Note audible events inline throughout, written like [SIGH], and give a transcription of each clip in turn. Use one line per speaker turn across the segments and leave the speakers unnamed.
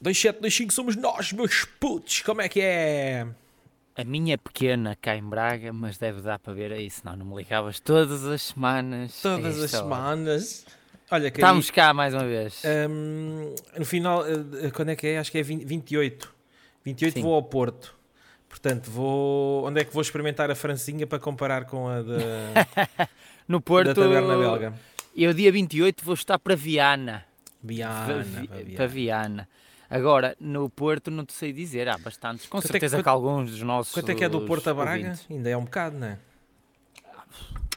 2725 somos nós, meus putos, como é que é?
A minha é pequena cá em Braga, mas deve dar para ver aí, senão não me ligavas todas as semanas. a
Todas as
esta hora.
semanas. Olha, que aí,
Estamos cá mais uma vez.
hum, no final, eh, quando é que é? Acho que é 20, 28. 28
Sim.
vou ao Porto. Portanto, vou. Onde é que vou experimentar a Francinha para comparar com a
[LAUGHS]
da,
no
da
Porto,
Taberna Belga?
eu dia 28 vou estar para Viana.
Biana,
Vi-
pá, Biana.
Para Viana. Agora, no Porto não te sei dizer, há bastantes. Com
Quanto é que-
certeza que,
quanto-
alguns dos nossos
Quanto é que é do Porto a Braga?
ouvintes-
Ainda é um bocado, não é?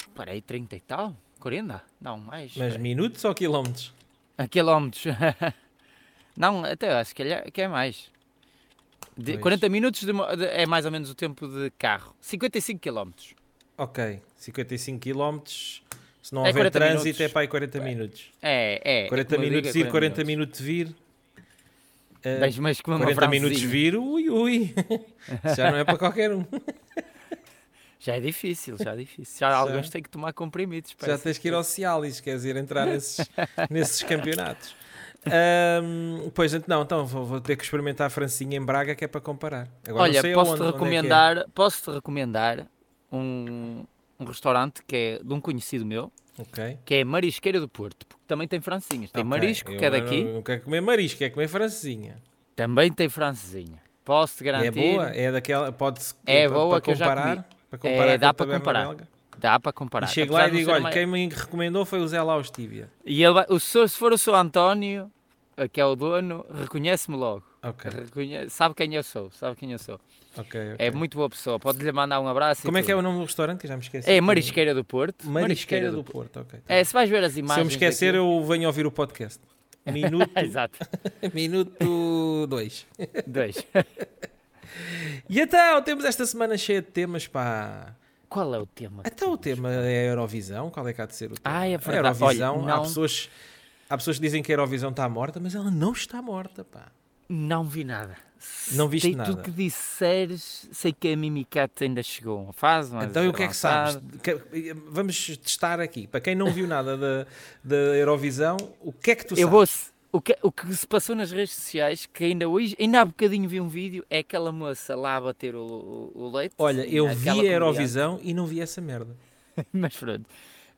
Espera aí, 30 e tal? 40? Não, mais.
Mas
espera aí.
minutos ou quilómetros?
A quilómetros. [LAUGHS] não, até acho que é, que é mais. De-
Pois.
40 minutos de mo- de- é mais ou menos o tempo de carro. 55 quilómetros.
Ok, 55 quilómetros. Se não
É
houver
40
trânsito,
minutos.
é para aí 40 minutos.
É, é.
40 minutos ir, 40 minutos vir. Ah,
Mas, mas com uma
40
frasezinha.
minutos vir, ui,
[LAUGHS]
ui. Já não é para qualquer um.
Já é difícil, já é difícil. Já, alguns têm que tomar comprimidos.
Já
parece
tens que ir ao Cialis, queres ir entrar
[LAUGHS]
nesses, nesses campeonatos. Ahm, pois, ent- não, então vou, vou ter que experimentar a Francinha em Braga, que é para comparar. Agora não
Olha,
sei
posso-te
aonde, onde é que é.
recomendar, posso-te recomendar um, um restaurante que é de um conhecido meu,
Ok.
que é Marisqueira do Porto, porque também tem francinhas. Tem
Ok,
marisco,
eu
que é
não-
daqui,
Não quero comer marisco, quero comer francesinha.
também tem francesinha. Posso-te
E
garantir.
É boa, é daquela, pode-se
É
para-
boa
para
que eu já
comparar, para comparar
É,
com
dá
a
para
taberna
comparar.
belga.
Dá para comparar.
E chego
Apesar
lá e
de não
digo,
ser
olha,
mais-
quem me recomendou foi o Zé Laus Tívia.
E ele vai- o senhor, se for o seu António, eh, que é o dono, reconhece-me logo.
Ok,
Reconhe- Sabe quem eu sou, sabe quem eu sou.
ok.
É
ok.
muito boa pessoa, pode-lhe mandar um abraço. e
Como é que é
tudo.
o nome do restaurante? Que já me esqueci.
É Marisqueira do Porto.
Marisqueira do Porto, ok. tá
É, se vais ver as imagens.
Se eu me esquecer,
daquilo-
eu venho ouvir o
[LAUGHS]
podcast. Minuto [LAUGHS]
Exato,
minuto 2. [LAUGHS]
dois.
E então, temos esta semana cheia de temas, pá.
Qual é o tema?
Até o tema é a Eurovisão, qual é que há de ser o tema?
Ah, é
A
verdade.
Eurovisão,
Olha,
há,
não-
pessoas, há pessoas que dizem que a Eurovisão está morta, mas ela não está morta, pá.
Não vi nada.
Não viste
sei
nada?
tudo que disseres, sei que a Mimicat ainda chegou a uma fase. mas
Então, e o que é que
avançada.
sabes? Que- Vamos testar aqui. Para quem não viu nada da, da Eurovisão, o que é que tu
Eu
sabes?
vou. O que, o que se passou nas redes sociais, que ainda hoje, ainda há bocadinho vi um vídeo, é aquela moça lá a bater o, o- o leite.
Olha, eu vi
aquela Ah,
a
comediante.
Eurovisão e não vi essa merda.
[LAUGHS] Mas pronto,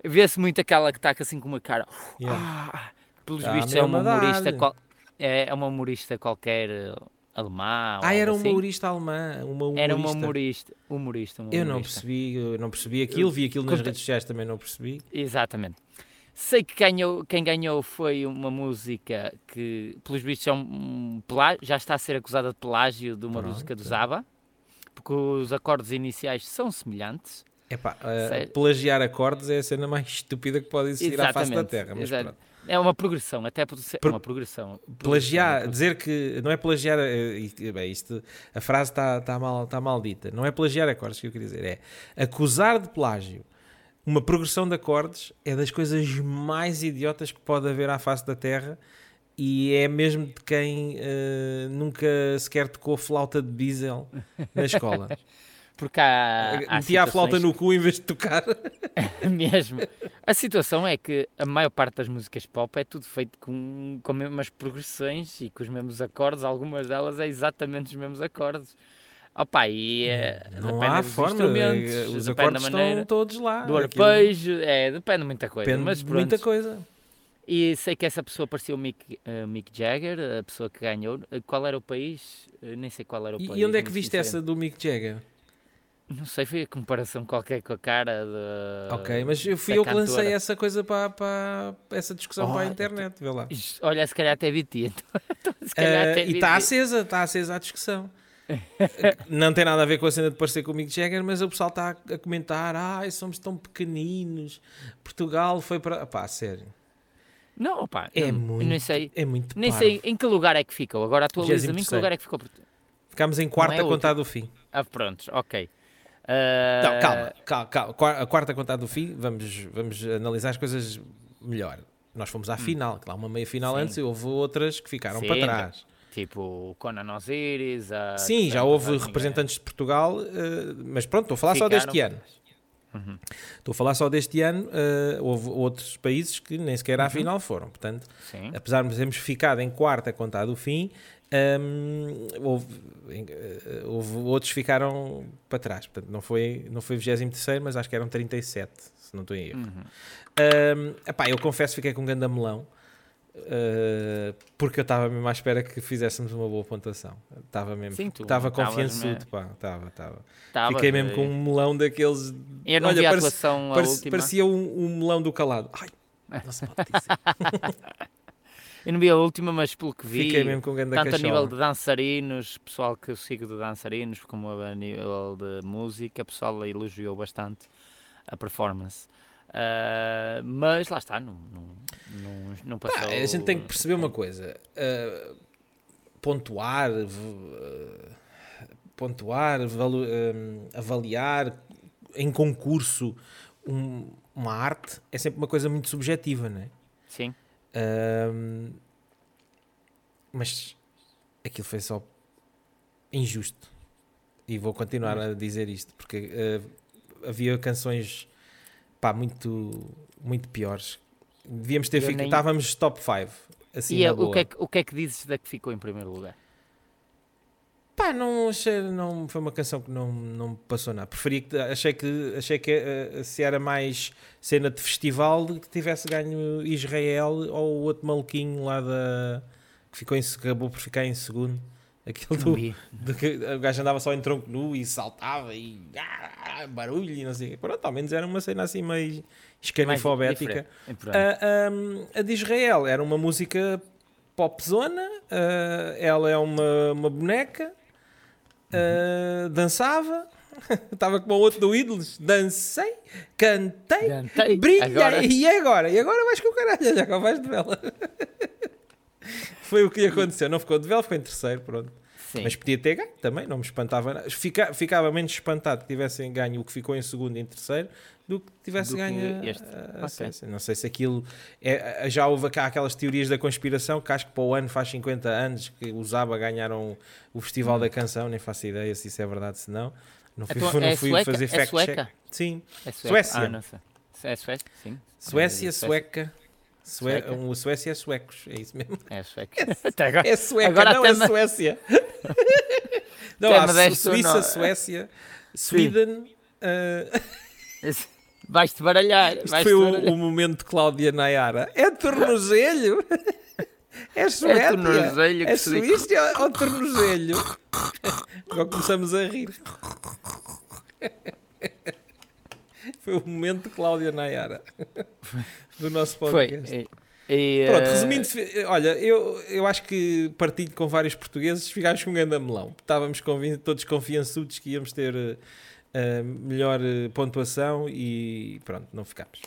vê-se muito aquela que está assim com uma cara.
Yeah.
Ah, pelos
Ah,
vistos é uma
mesmo a
humorista
dar-lhe.
qual- é, é uma humorista qualquer eh, alemã. ou
Ah, era
algo
um
assim.
humorista alemã. Uma humorista.
Era uma humorista, humorista, uma
Eu não
humorista.
percebi, eu não percebi aquilo, vi aquilo nas
Conta-
redes sociais também não percebi.
Exatamente. Sei que ganhou, quem ganhou foi uma música que, pelos vistos, é um, um pelá- já está a ser acusada de pelágio de uma música do Zaba, porque os acordes iniciais são semelhantes.
Epá, ah,
Sério?
plagiar acordes é a cena mais [LAUGHS] estúpida que pode existir à face da Terra. Mas
exato.
pronto.
É uma progressão, até pode ser uma progressão.
Plagiar, dizer que não é plagiar, eh, e- bem, isto, a frase está tá mal, tá maldita. Não é plagiar acordes que eu queria dizer, é acusar de plágio uma progressão de acordes é das coisas mais idiotas que pode haver à face da Terra e é mesmo de quem eh, nunca sequer tocou flauta de diesel na escola.
Porque há, [LAUGHS] há
Metia Eh, a flauta
situações-
no cu em vez de tocar.
[LAUGHS] Mesmo. A situação é que a maior parte das músicas pop é tudo feito com, com as mesmas progressões e com os mesmos acordes. Algumas delas é exatamente os mesmos acordes. Opa, e eh,
Não
depende
há
dos
forma,
instrumentos,
eh, os
depende da
acordes
maneira,
estão todos lá.
do
aquilo
arpejo, é, depende de muita coisa.
Depende
mas
de
pronto.
muita coisa.
E sei que essa pessoa parecia o Mick, eh, Mick Jagger, a pessoa que ganhou. Eh, Qual era o país? Eh, Nem sei qual era o
E,
país.
e onde é que
muito
viste essa
sinceramente.
do Mick Jagger?
Não sei, foi a comparação qualquer com a cara de.
ok, mas eu fui
da
eu que lancei
Ah, cantora.
essa coisa para, essa discussão
Oh,
para a
eu
internet, vê lá.
Ix, Olha, se calhar até vi ti. [LAUGHS] Então, se calhar
Ah,
até
e
vi
está
ti.
acesa, está acesa a discussão. [LAUGHS] Não tem nada a ver com a cena de parecer com o Mick Jagger, mas o pessoal está a comentar: ai, somos tão pequeninos, Portugal foi para. Pá, sério.
Não, opa,
É
não,
muito.
nem sei,
É muito
nem
parvo.
sei em que lugar é que ficou. Agora atualiza-me em que
26º.
lugar é que ficou. Portu-
Ficámos em quarta
Não é
a contar do fim.
Ah, prontos, ok.
Então,
Ah,
calma, calma, calma. Qua- A quarta contada do fim, vamos, vamos analisar as coisas melhor. Nós fomos à final, que lá uma meia final
Hum. Sim.
antes e houve outras que ficaram
Sim,
para
então.
trás.
Tipo, o Conan Osiris. a-
Sim, já
a-
houve
a-
representantes de Portugal, eh, mas pronto, estou a falar só
é. Ficaram
deste ano. Estou a falar só deste ano, eh, houve outros países que nem sequer à final foram. Portanto,
Sim,
apesar de termos ficado em quarta contada do fim, Um, houve, eh, houve outros que ficaram para trás, portanto, não foi, não foi 23, mas acho que eram 37, se não estou em erro. Uhum. Um, epá, eu confesso que fiquei com um grande melão. Uh, porque eu estava mesmo à espera que fizéssemos uma boa pontuação. Estava mesmo, estava confiançudo, pá, estava, estava. Fiquei mesmo com um melão daqueles.
Eu não Olha, vi a pareci, atuação
pareci,
a última.
Parecia um, um, melão do calado. Ai, não se pode
[LAUGHS]
dizer.
eu não vi a última, mas pelo que vi,
Fiquei mesmo com um grande
tanto
cachola.
a nível de dançarinos, pessoal que eu sigo de dançarinos, como a nível de música, o pessoal elogiou bastante a performance. Uh, mas lá está, não, não, não, passou.
Ah, a gente tem que perceber uma coisa: uh, pontuar, uh, pontuar, valo, avaliar em concurso um, uma arte é sempre uma coisa muito subjetiva, não é?
Sim.
mas aquilo foi só injusto. E vou continuar a dizer isto, porque ah, havia canções pá, muito, muito piores. Devíamos ter ficado. Nem... Estávamos top 5. Assim,
e
a,
o, que é que, o que é que dizes da que ficou em primeiro lugar?
[LAUGHS] Pá, não achei, não, foi uma canção que não, não me passou nada. Preferi que, achei que, achei que uh, se era mais cena de festival que tivesse ganho Israel ou o outro maluquinho lá da. que ficou em, acabou por ficar em segundo. Aquele do, do, que o gajo andava só em tronco nu e saltava e ah, barulho e não sei. Pronto, ao menos era uma cena assim meio escanifobética. A, um, a, a, de Israel era uma música popzona, uh, ela é uma, uma boneca, uh, dançava. [LAUGHS] Estava com o outro do Ídolos, dancei, cantei, cantei. brilhei, agora. e agora? E agora vais com o caralho, já que vais de vela. [LAUGHS] Foi o que lhe aconteceu. Não ficou de vela, ficou em terceiro, pronto. Sim. Mas podia ter ganho também, não me espantava. Fica, ficava menos espantado que tivessem ganho o que ficou em segundo e em terceiro do que tivesse do ganho que este. A, a, okay. sei, não sei se aquilo. É, já houve cá aquelas teorias da conspiração que acho que para o ano faz 50 anos que os ABBA ganharam o Festival hum. da Canção, nem faço ideia se isso é verdade, se não. Não fui, [LAUGHS]
então,
não
é
fui
sueca?
fazer
é
fact
sueca?
check. Sim,
é
Suécia.
Ah, não sei. É Suécia, sim.
Suécia, sueca. Sue sueca. Um, Suécia é suecos, é isso mesmo?
É sueca. [LAUGHS] É, agora,
é sueca,
agora
não é ma...
[LAUGHS]
Suécia. não, há Su Suíça, não. Suécia, Sweden. [LAUGHS] Uh...
Vais-te baralhar.
Isto
vais
foi
baralhar.
O, o, momento de Cláudia Nayara. É tornozelho?
[LAUGHS]
É Suécia? É
tornozelho que
é Suíça ou, ou tornozelho? Agora começamos a rir. [LAUGHS] Foi o momento de Cláudia Nayara [LAUGHS] do nosso podcast.
Foi. E,
é,
eh,
Pronto, resumindo, eh, olha, eu, eu acho que partilho com vários portugueses, ficámos com um grande melão. Estávamos todos confiançudos que íamos ter uh, melhor eh, pontuação e pronto, não ficámos.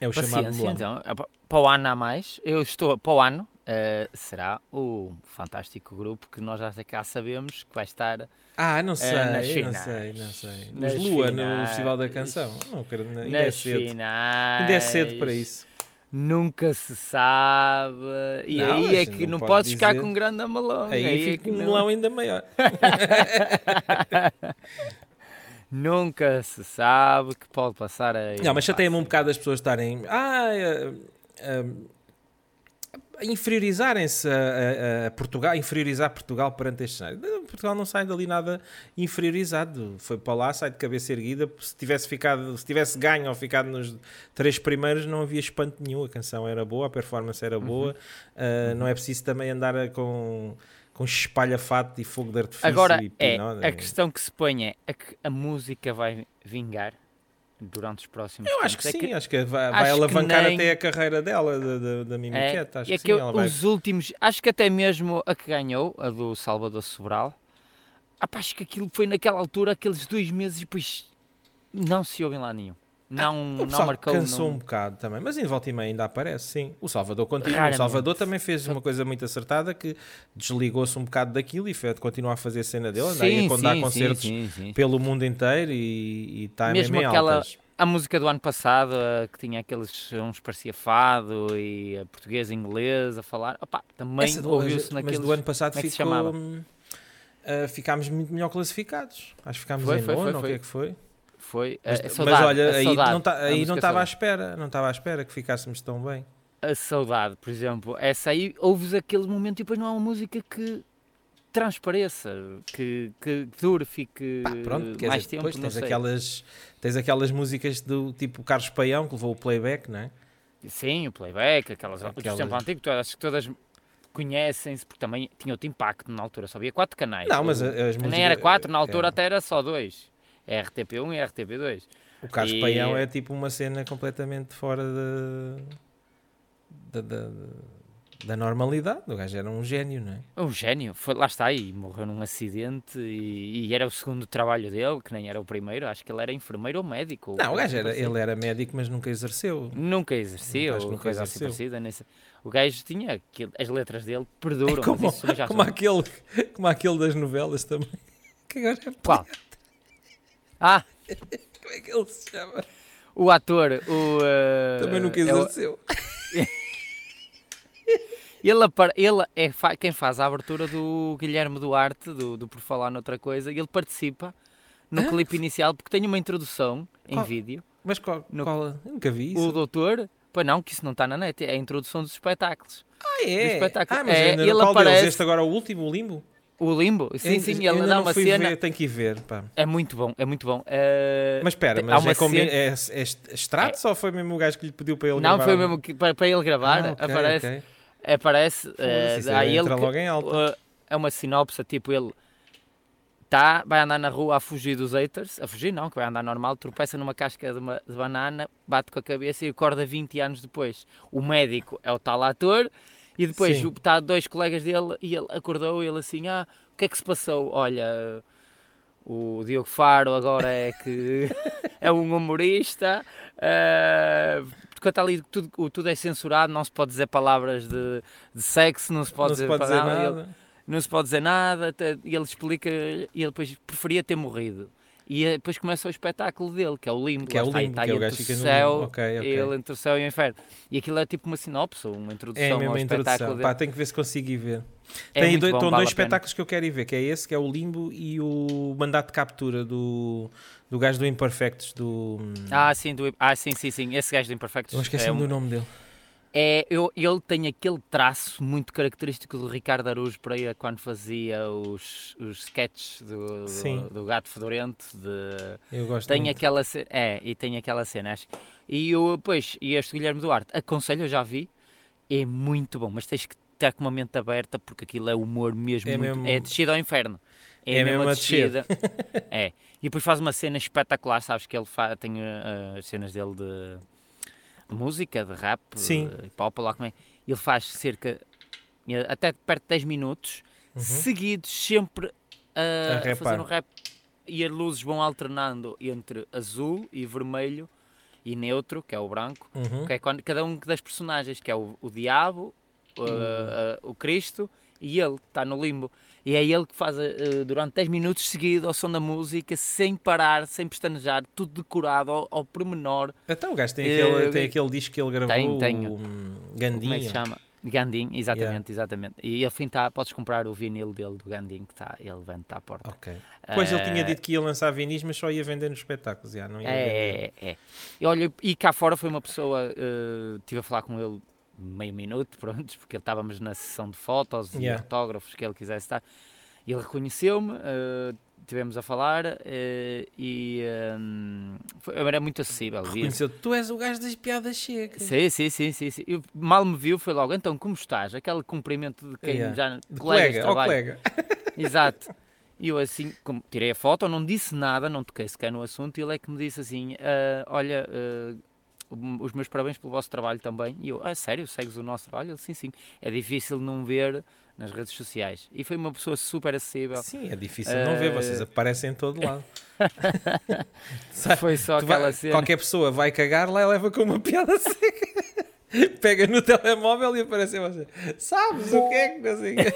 É o
Paciência,
chamado melão.
Então, para o ano a mais, eu estou, para o ano, uh, será o fantástico grupo que nós já cá sabemos que vai estar...
Ah, não sei,
Eh, nas
não
finais.
sei, não sei.
Nas
Nos Lua, no
finais.
Festival da Canção. Não, quero- ainda é
Nas
cedo.
finais.
Ainda é cedo para isso.
Nunca se sabe. E
Não,
aí
a
é
gente
que
não
não,
pode
podes ficar
dizer.
com um grande amalão.
Aí,
aí é
fica
que
um
não-
melão ainda maior.
Nunca se sabe que pode passar aí.
Não, mas chateia-me um bocado as pessoas estarem. Ah, eh, eh, a inferiorizarem-se a, a- a Portugal, inferiorizar Portugal perante este cenário. Não, Portugal não sai dali nada inferiorizado. Foi para lá, sai de cabeça erguida. Se tivesse, ficado, se tivesse ganho ou ficado nos três primeiros, não havia espanto nenhum. A canção era boa, a performance era boa. Eh, Não é preciso também andar a- com. Com espalha-fato e fogo de artifício
Agora
e né?
é,
pinona.
a questão que se põe é a, que a música vai vingar durante os próximos
Eu acho que
tempos.
sim,
É
acho que vai, vai
acho que
alavancar
nem-
até a carreira dela, da, da, da Mimiqueta.
é,
acho
é
que, sim,
eu-
ela vai.
os últimos, acho que até mesmo a que ganhou, a do Salvador Sobral, ah, pá, acho que aquilo foi naquela altura, aqueles dois meses depois não se ouvem lá nenhum. Não,
Ah, O
não
pessoal
marcou.
cansou
não-
um bocado também, mas em volta e meia ainda aparece, sim. O Salvador continua. O
Raramente.
Salvador também fez uma coisa muito acertada que desligou-se um bocado daquilo e foi, continuou a fazer a cena dele, andar
Sim,
a
sim,
dar
sim,
concertos
sim, sim.
pelo mundo inteiro e está
Mesmo
em
aquela-
altas.
A música do ano passado, a que tinha aqueles uns parecia fado e a português e inglês a falar, opá, também
Essa do-
ouviu-se
mas
naqueles.
do ano passado
como é que se
ficou,
chamava?
hum, ah, ficámos muito melhor classificados. Acho que ficámos
Foi,
em
foi, foi,
nono, ou o
foi.
que é que foi?
Foi a,
Mas,
a
mas
saudade,
olha,
a
aí
É, saudade,
não, tá- aí
a
não
música
estava à
saudade.
espera, não estava à espera que ficássemos tão bem.
a saudade, por exemplo, essa aí ouves aquele momento e depois não há uma música que transpareça, que, que dure, fique
Pá, pronto, quer
Eh, mais
dizer,
tempo.
depois
não
tens
sei.
aquelas, tens aquelas músicas do tipo Carlos Paião que levou o playback, não é?
Sim, o playback, aquelas,
Aquelas-
do tempo antigo, tu- acho que todas conhecem-se, porque também tinha outro impacto na altura, só havia quatro canais.
Não, mas
O-
a- as músicas.
nem era quatro, na
é,
altura até era só dois. RTP1 e RTP2.
o Carlos
e-
Paião é tipo uma cena completamente fora da, da, da, da normalidade. O gajo era um gênio, não é?
Um gênio, foi, lá está, e morreu num acidente e, e era o segundo trabalho dele, que nem era o primeiro, acho que ele era enfermeiro ou médico. ou
Não, o
coisa
gajo era,
assim.
ele era médico, mas nunca exerceu.
Nunca exerceu,
Acho que nunca
coisa assim
exerceu.
parecida. nem sei. O gajo tinha, aquilo- as letras dele perduram,
[LAUGHS] É
mas
Como,
isso já
como,
sou-
aquele, como aquele das novelas também. [LAUGHS] Que agora é
Qual? Ah,
como é que ele se chama?
o ator, o... eh,
Também nunca
é o-
exerceu.
Ele, apar- ele é fa- quem faz a abertura do Guilherme Duarte, do, do Por Falar Noutra Coisa, e ele participa no clipe inicial, porque tem uma introdução em
Qual?
vídeo.
Mas qual?
No-
qual- eu nunca vi isso.
O doutor, pois não, que isso não está na net, é a introdução dos espetáculos.
Ah,
do
é?
espetáculo.
Ah, mas
É,
ainda não-
ele
qual
aparece-
deles? Este agora é o último, o limbo?
O Limbo, sim,
Eu-
sim,
eu
ele
ainda
dá
não
uma
fui
cena.
Ver, tenho que ir ver, pá.
É muito bom, é muito bom. Eh,
Mas espera,
Há
mas
uma
é, combi...
cena-
é, é est- extratos ou foi mesmo o gajo que lhe pediu para ele
não,
gravar
foi
um-
mesmo que, para, para ele gravar,
Ah, ok,
aparece,
ok.
aparece eh,
Foda-se, isso
dá
aí
ele
entra
que-
logo em alta.
Uh, é uma sinopse, tipo, ele tá, vai andar na rua a fugir dos haters, a fugir não, que vai andar normal, tropeça numa casca de, ma- de banana, bate com a cabeça e acorda 20 anos depois. O médico é o tal ator e depois
Sim.
está dois colegas dele e ele acordou e ele assim, ah, o que é que se passou? Olha, o Diogo Faro agora é que [LAUGHS] é um humorista, eh, porque está ali tudo, o tudo é censurado, não se pode dizer palavras de, de sexo, não se pode
Não
dizer
se pode dizer
palavras. e ele-
nada.
não se pode dizer nada, até- e ele explica, e ele depois preferia ter morrido. E eh, depois começa o espetáculo dele, que é o limbo,
Que é o
lá está, e
limbo,
está
que é o
entre
gajo que fica no
céu,
limbo. Ok, ok.
ele entre o céu e o inferno. E aquilo é tipo uma sinopse, ou uma
É
introdução
a
ao
mesma
espetáculo
introdução.
dele.
Pá, tenho que ver se consigo ir ver.
É
Tem
muito
dois,
bom,
estão
vale
dois
a pena.
espetáculos que eu quero ir ver, que é esse, que é o Limbo e o Mandato de Captura do, do gajo do Imperfectos, do...
Ah, sim, do, ah, sim, sim, sim, esse gajo do Imperfectos.
eu
é
esqueci-me
um-
do nome dele.
É, eu, ele tem aquele traço muito característico do Ricardo Araújo Pereira quando fazia os, os sketches do,
Sim.
do, do Gato Fedorento, de,
Eu gosto
Tem
muito.
aquela cena, é, e tem aquela cena, acho. E eu, pois, e este Guilherme Duarte, aconselho, eu já vi, é muito bom, mas tens que estar com uma mente aberta porque aquilo é humor mesmo,
É
muito-
mesmo-
é a descida ao inferno.
É
mesmo
mesmo
a
a descer.
é. E depois faz uma cena espetacular, sabes que ele fa- tem eh, as cenas dele de música, de rap,
Sim.
de pop, lá como é. Ele faz cerca, eh, até perto de 10 minutos, seguidos, sempre
Uhum. A
a, a
rapar.
fazer um rap. E as luzes vão alternando entre azul e vermelho e neutro, que é o branco,
Uhum.
que é quando, cada um das personagens, que é o, o diabo, uh,
Uhum.
uh, o Cristo e ele, está no limbo. E é ele que faz uh, durante 10 minutos seguido ao som da música, sem parar, sem pestanejar, tudo decorado ao, ao pormenor.
Então o gajo tem
Eh,
aquele,
eu-
tem aquele disco que ele gravou,
Tenho, tenho.
o hum,
Como é que
Gandinho.
se chama? Gandim, exatamente, exatamente. E ao fim tá, podes comprar o vinil dele do Gandim, que está, ele vende-te à porta.
Ok. Pois ele tinha dito que ia lançar vinis, mas só ia vender nos espetáculos. Já, não ia vender.
Eh, É, é, é. E, olha, e cá fora foi uma pessoa, eh, tive a falar com ele meio minuto, [LAUGHS] pronto, porque ele estávamos na sessão de fotos e
Yeah.
autógrafos que ele quisesse estar. E ele reconheceu-me, eh, tivemos a falar eh, e eh, foi- era muito acessível. vi-
Reconheceu, tu és o gajo das piadas chega.
Sim, sim, sim, sim, sim. Eu- mal me viu, foi logo, então como estás? Aquele cumprimento de quem
Yeah.
já
De
colegas
colega, oh,
de
ó
trabalho.
colega.
Exato. E eu assim, como tirei a foto, não disse nada, não toquei sequer no assunto, e ele é que me disse assim, "Ah, olha, ah, um, os meus parabéns pelo vosso trabalho também. E eu, ah, sério, segues o nosso trabalho? Ele, sim, sim. É difícil não ver nas redes sociais. E foi uma pessoa super acessível.
Sim, é difícil não ver,
Eh,
vocês aparecem em todo lado.
Foi só
Tu vai-
aquela cena.
Qualquer pessoa vai cagar lá e leva com uma [LAUGHS] piada seca. Pega no telemóvel e aparece em você. Sabes o que é que não sei o
[LAUGHS]
quê?"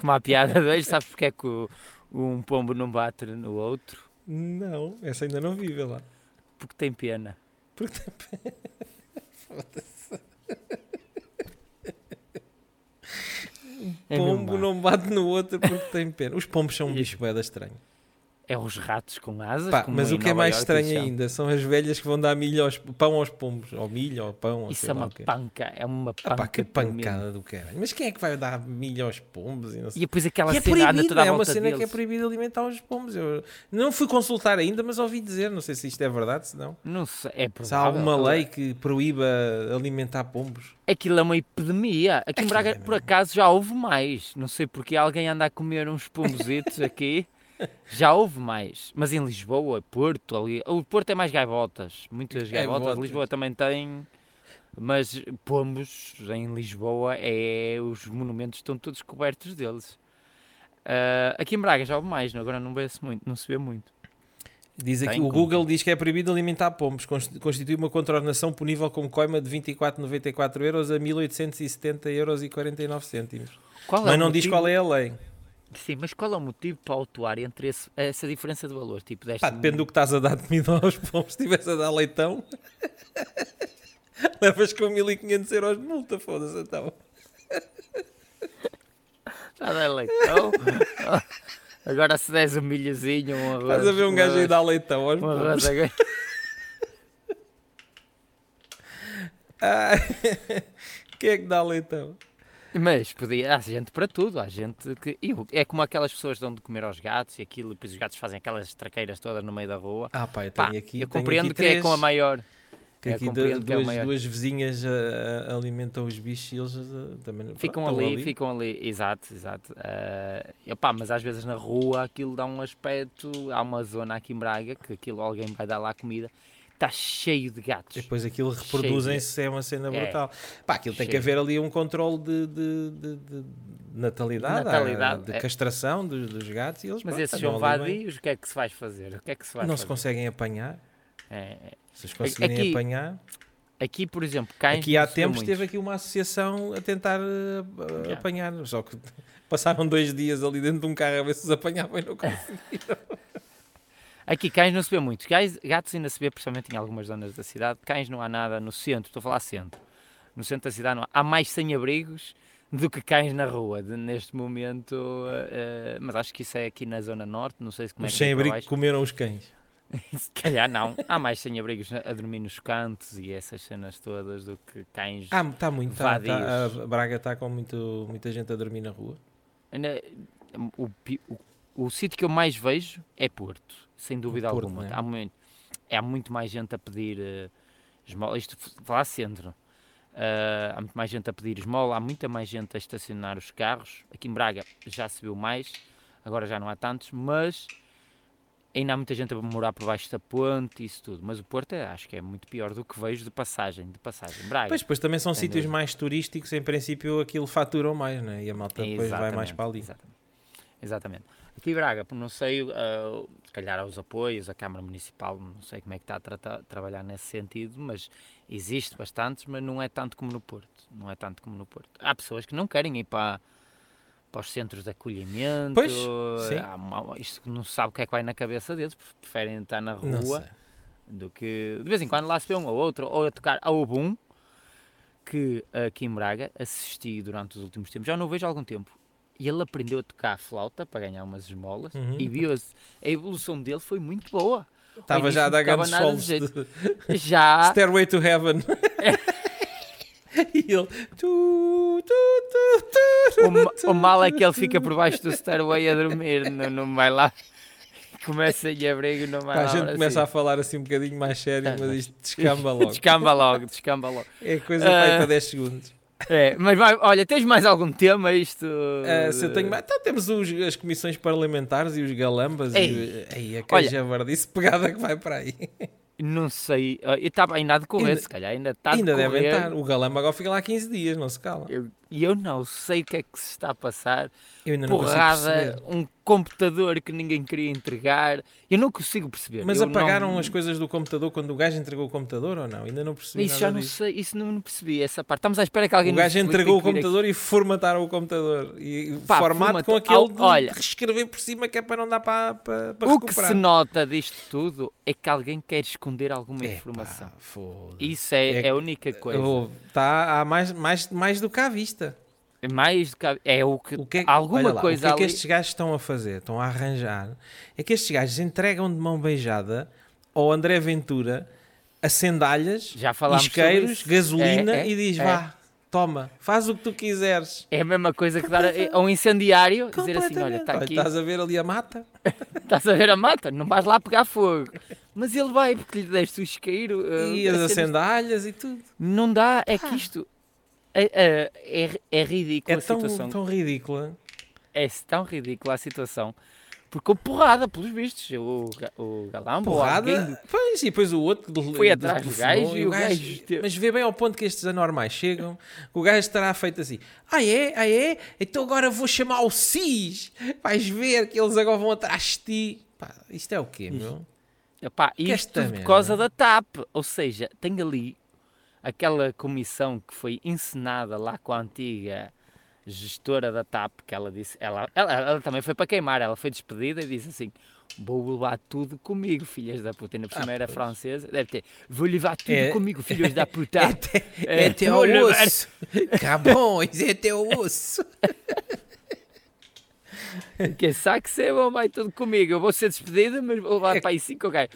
Como a piada de hoje, sabes porque é que o- um pombo não bate no outro?
Não, essa ainda não vive lá.
Porque tem pena. [LAUGHS] Porque tem pena. Foda-se. É mesmo É
Pombo não bate no outro porque tem pena. Os pombos são um bicho bem estranho.
É os ratos com asas.
Pá,
como
mas
em
o que é
Nova
mais
Iorque
estranho
eles chamam.
ainda são as velhas que vão dar milho aos, pão aos pombos, ou milho, ou pão, ou
Isso
sei
é
lá
uma
o quê.
panca, é uma panca.
Ah pá, que
tremenda.
pancada do caralho. Mas quem é que vai dar milho aos pombos? E, não
E
sei-
depois aquela
E é
cena anda
proibido,
toda à
é uma
volta
cena que é
deles.
proibido alimentar os pombos. Eu não fui consultar ainda, mas ouvi dizer, não sei se isto é verdade, se não.
Não sei, é
Se há alguma
provável.
lei que proíba alimentar pombos.
Aquilo é uma epidemia. Aqui em
Aquilo
Braga,
é
por acaso, já houve mais. Não sei porque alguém anda a comer
[LAUGHS]
uns pombozitos aqui. Já houve mais. Mas em Lisboa, Porto, ali. O Porto é mais gaivotas. Muitas
É
gaivotas.
Gaivotas.
Lisboa também tem. Mas pombos em Lisboa, é, os monumentos estão todos cobertos deles. Ah, aqui em Braga já houve mais, não- agora não vê-se muito, não se vê muito.
Diz aqui,
Tem
o
como.
Google diz que é proibido alimentar pombos. Const- Constitui uma contraordenação punível como coima de 24,94 euros a 1870 euros e 49 cêntimos.
Qual
Mas
o
não diz
motivo-
qual é a lei.
Sim, mas qual é o motivo para autuar entre esse- essa diferença de valor? Tipo, deste
Pá, depende do que estás a dar de comida aos pombos. Se estivesse a dar leitão, [LAUGHS] levas com 1500 euros de multa, foda-se então. Tá
Está bem, leitão. [LAUGHS] Agora se des um milhozinho, um arroz.
Estás a ver um gajo aí dar leitão aos
Um
pombos.
arroz agora.
Ah, [LAUGHS] Quem é que dá leitão?
Mas podia, há gente para tudo, há gente que. e o- é como aquelas pessoas que dão de comer aos gatos e aquilo, e depois os gatos fazem aquelas traqueiras todas no meio da rua.
Ah pá, eu
Pá,
tenho aqui tenho
eu compreendo
aqui
que é
três,
com a maior.
que
é,
aqui
compreendo que é a
duas,
maior.
duas vizinhas ah, ah, alimentam os bichos e eles ah, também
Ficam
pronto,
ali,
estão
ficam ali, exato, exato. Ah, e opá, mas às vezes na rua aquilo dá um aspecto. Há uma zona aqui em Braga que aquilo alguém vai dar lá comida, está cheio de
E
gatos.
depois aquilo
Cheio.
reproduzem-se, é uma cena
É.
brutal. Pá, aquilo tem que
Cheio.
haver ali um controle de, de- de- de natalidade,
Natalidade,
de
é.
castração dos, dos gatos e eles
Mas
pronto,
esses
andam
são
ali bem.
vadios, o que é que se vai fazer? O que é que se vai
Não se
fazer?
conseguem apanhar.
É,
Se os conseguirem
Aqui-
apanhar.
Aqui, por exemplo, cães.
Aqui
não
há
se vê
tempos
muito.
teve aqui uma associação a tentar eh,
Já.
apanhar, só que [LAUGHS] passaram dois dias ali dentro de um carro a ver se os apanhavam e não conseguiam.
Aqui cães não se vê muito. Cães- gatos ainda se vê, principalmente em algumas zonas da cidade. Cães não há nada no centro, estou a falar centro. No centro da cidade não há, há mais sem-abrigos do que cães na rua, de- neste momento. eh, eh, mas acho que isso é aqui na zona norte, não sei se como é
Os
que é.
sem-abrigo comeram os cães.
Se calhar não. Há mais sem-abrigos a dormir nos cantos e essas cenas todas do que cães.
Ah, está muito. Tá, tá-
Vadios.
a Braga está com muito, muita gente a dormir na rua.
Na- o, pi- o- o sítio que eu mais vejo é Porto, sem dúvida
Porto,
alguma.
né?
Há, muito, é, há muito mais gente a pedir eh, esmola. Isto f- falar centro. Eh, há muito mais gente a pedir esmola, há muita mais gente a estacionar os carros. Aqui em Braga já se viu mais, agora já não há tantos, mas ainda há muita gente a morar por baixo da ponte e isso tudo. Mas o Porto é- acho que é muito pior do que vejo de passagem, de passagem. Braga.
Pois, pois também são
Sem
sítios
dúvida.
mais turísticos, em princípio aquilo faturam mais, né? E a malta depois vai mais
Exatamente,
para ali.
Exatamente. exatamente. Aqui em Braga, por não sei, ah, se calhar aos apoios, a Câmara Municipal, não sei como é que está a tratar- trabalhar nesse sentido, mas existe bastantes, mas não é tanto como no Porto. Não é tanto como no Porto. Há pessoas que não querem ir para, para os centros de acolhimento.
Pois, sim.
há uma- isto que não se sabe o que é que vai na cabeça deles, porque preferem estar na
Não
rua
sei.
do que de vez em quando lá se vê um ou outro, ou a tocar ao boom, que aqui em Braga assisti durante os últimos tempos, já não o vejo há algum tempo. E ele aprendeu a tocar a flauta para ganhar umas esmolas
Uhum.
e viu a evolução dele foi muito boa. Ao
Estava já
início
a dar
não tocava
grandes
nada
solos
de jeito.
[LAUGHS]
Ah.
de-
Já,
Stairway to
[LAUGHS]
Heaven. e ele. Tu, tu, tu, tu,
o, ma- o mal é que ele fica por baixo do stairway a dormir, não, não vai lá, [LAUGHS] começa em abrigo, não vai
Pá, a
lá.
gente
assim.
começa a falar assim um bocadinho mais sério,
Tá,
mas
mas-
isto descamba logo.
[LAUGHS] Descamba logo, descamba logo.
É coisa
Ah.
feita 10 segundos.
É, mas vai- olha, tens mais algum tema isto?
Ah, se eu tenho mais- Então temos os- as comissões parlamentares e os galambas
Ei.
e o- Ei, a
Olha.
caja verde. Isso pegada que vai para aí.
Não sei. ah, Eu estava ainda a decorrer,
Ainda-
se calhar ainda está Tá a
Ainda
decorrer.
devem estar. O galamba agora fica lá 15 dias, não se cala.
Eu- E eu, não sei o que é que se está a passar.
Eu ainda não consigo
Porrada,
perceber.
um computador que ninguém queria entregar. Eu não consigo perceber.
Mas
eu
apagaram
não...
as coisas do computador quando o gajo entregou o computador ou não? Ainda não percebi
Isso
nada
já não
disso.
sei, isso não percebi, essa parte. Estamos à espera que alguém
O
nos
gajo
explique,
entregou o
tem que vir
computador e formataram o computor. E
Pá,
formato
formata-
com aquele
Ao-
de
olha.
reescrever por cima que é para não dar para, para, para
aqui. O que
recuperar.
se nota disto tudo é que alguém quer esconder alguma
Epá,
informação.
foda-se. tá
Isso é,
É-
é a única coisa.
Está há mais, mais, mais do que à vista.
É mais do que a- é o que,
O que é,
alguma
olha lá,
coisa
o que é que
ali.
estes gajos estão a fazer? Estão a arranjar. É que estes gajos entregam de mão beijada ao André Ventura acendalhas,
Já falámos sobre
isqueiros,
isso.
gasolina
É, é,
e diz:
é.
vá, toma, faz o que tu quiseres.
É a mesma coisa que dar a, a um incendiário e dizer assim: olha,
Completamente.
está aqui,
Estás a ver ali a mata?
estás a ver a mata, não vais lá
[LAUGHS]
pegar fogo. Mas ele vai porque lhe deste o isqueiro. eh,
E as
a cena-
acendalhas e tudo.
Não dá, é que isto é, é, é- é ridícula
É
a
tão,
situação.
tão ridícula.
É tão ridícula a situação. Porque houve porrada, pelos vistos, o, ga- o Galambo. ou alguém do-
Porrada. Pois, e depois o outro que
Foi
que
atrás do
telefonou,
gajo e o gajo teve-
Mas vê bem ao ponto que estes anormais chegam, que o gajo estará feito assim: ah é, ah é, então agora vou chamar o CIS, vais ver que eles agora vão atrás de ti. Pá, isto é o quê, meu?
Epá, isto
é esta
tudo por
merda.
causa da TAP. Ou seja, tem ali aquela comissão que foi encenada lá com a antiga gestora da TAP, que ela disse, ela, ela, ela também foi para queimar, ela foi despedida e disse assim, vou levar tudo comigo, filhas da puta. E na primeira era francesa, deve ter, vou levar tudo
Ah, É. [LAUGHS]
comigo, filhas da puta.
até,
É,
até ao
vou levar-
osso. Cabões, é até ao osso.
Quem sabe que se bom, vai tudo comigo. Eu vou ser despedida, mas vou levar
É-
para aí cinco gajos.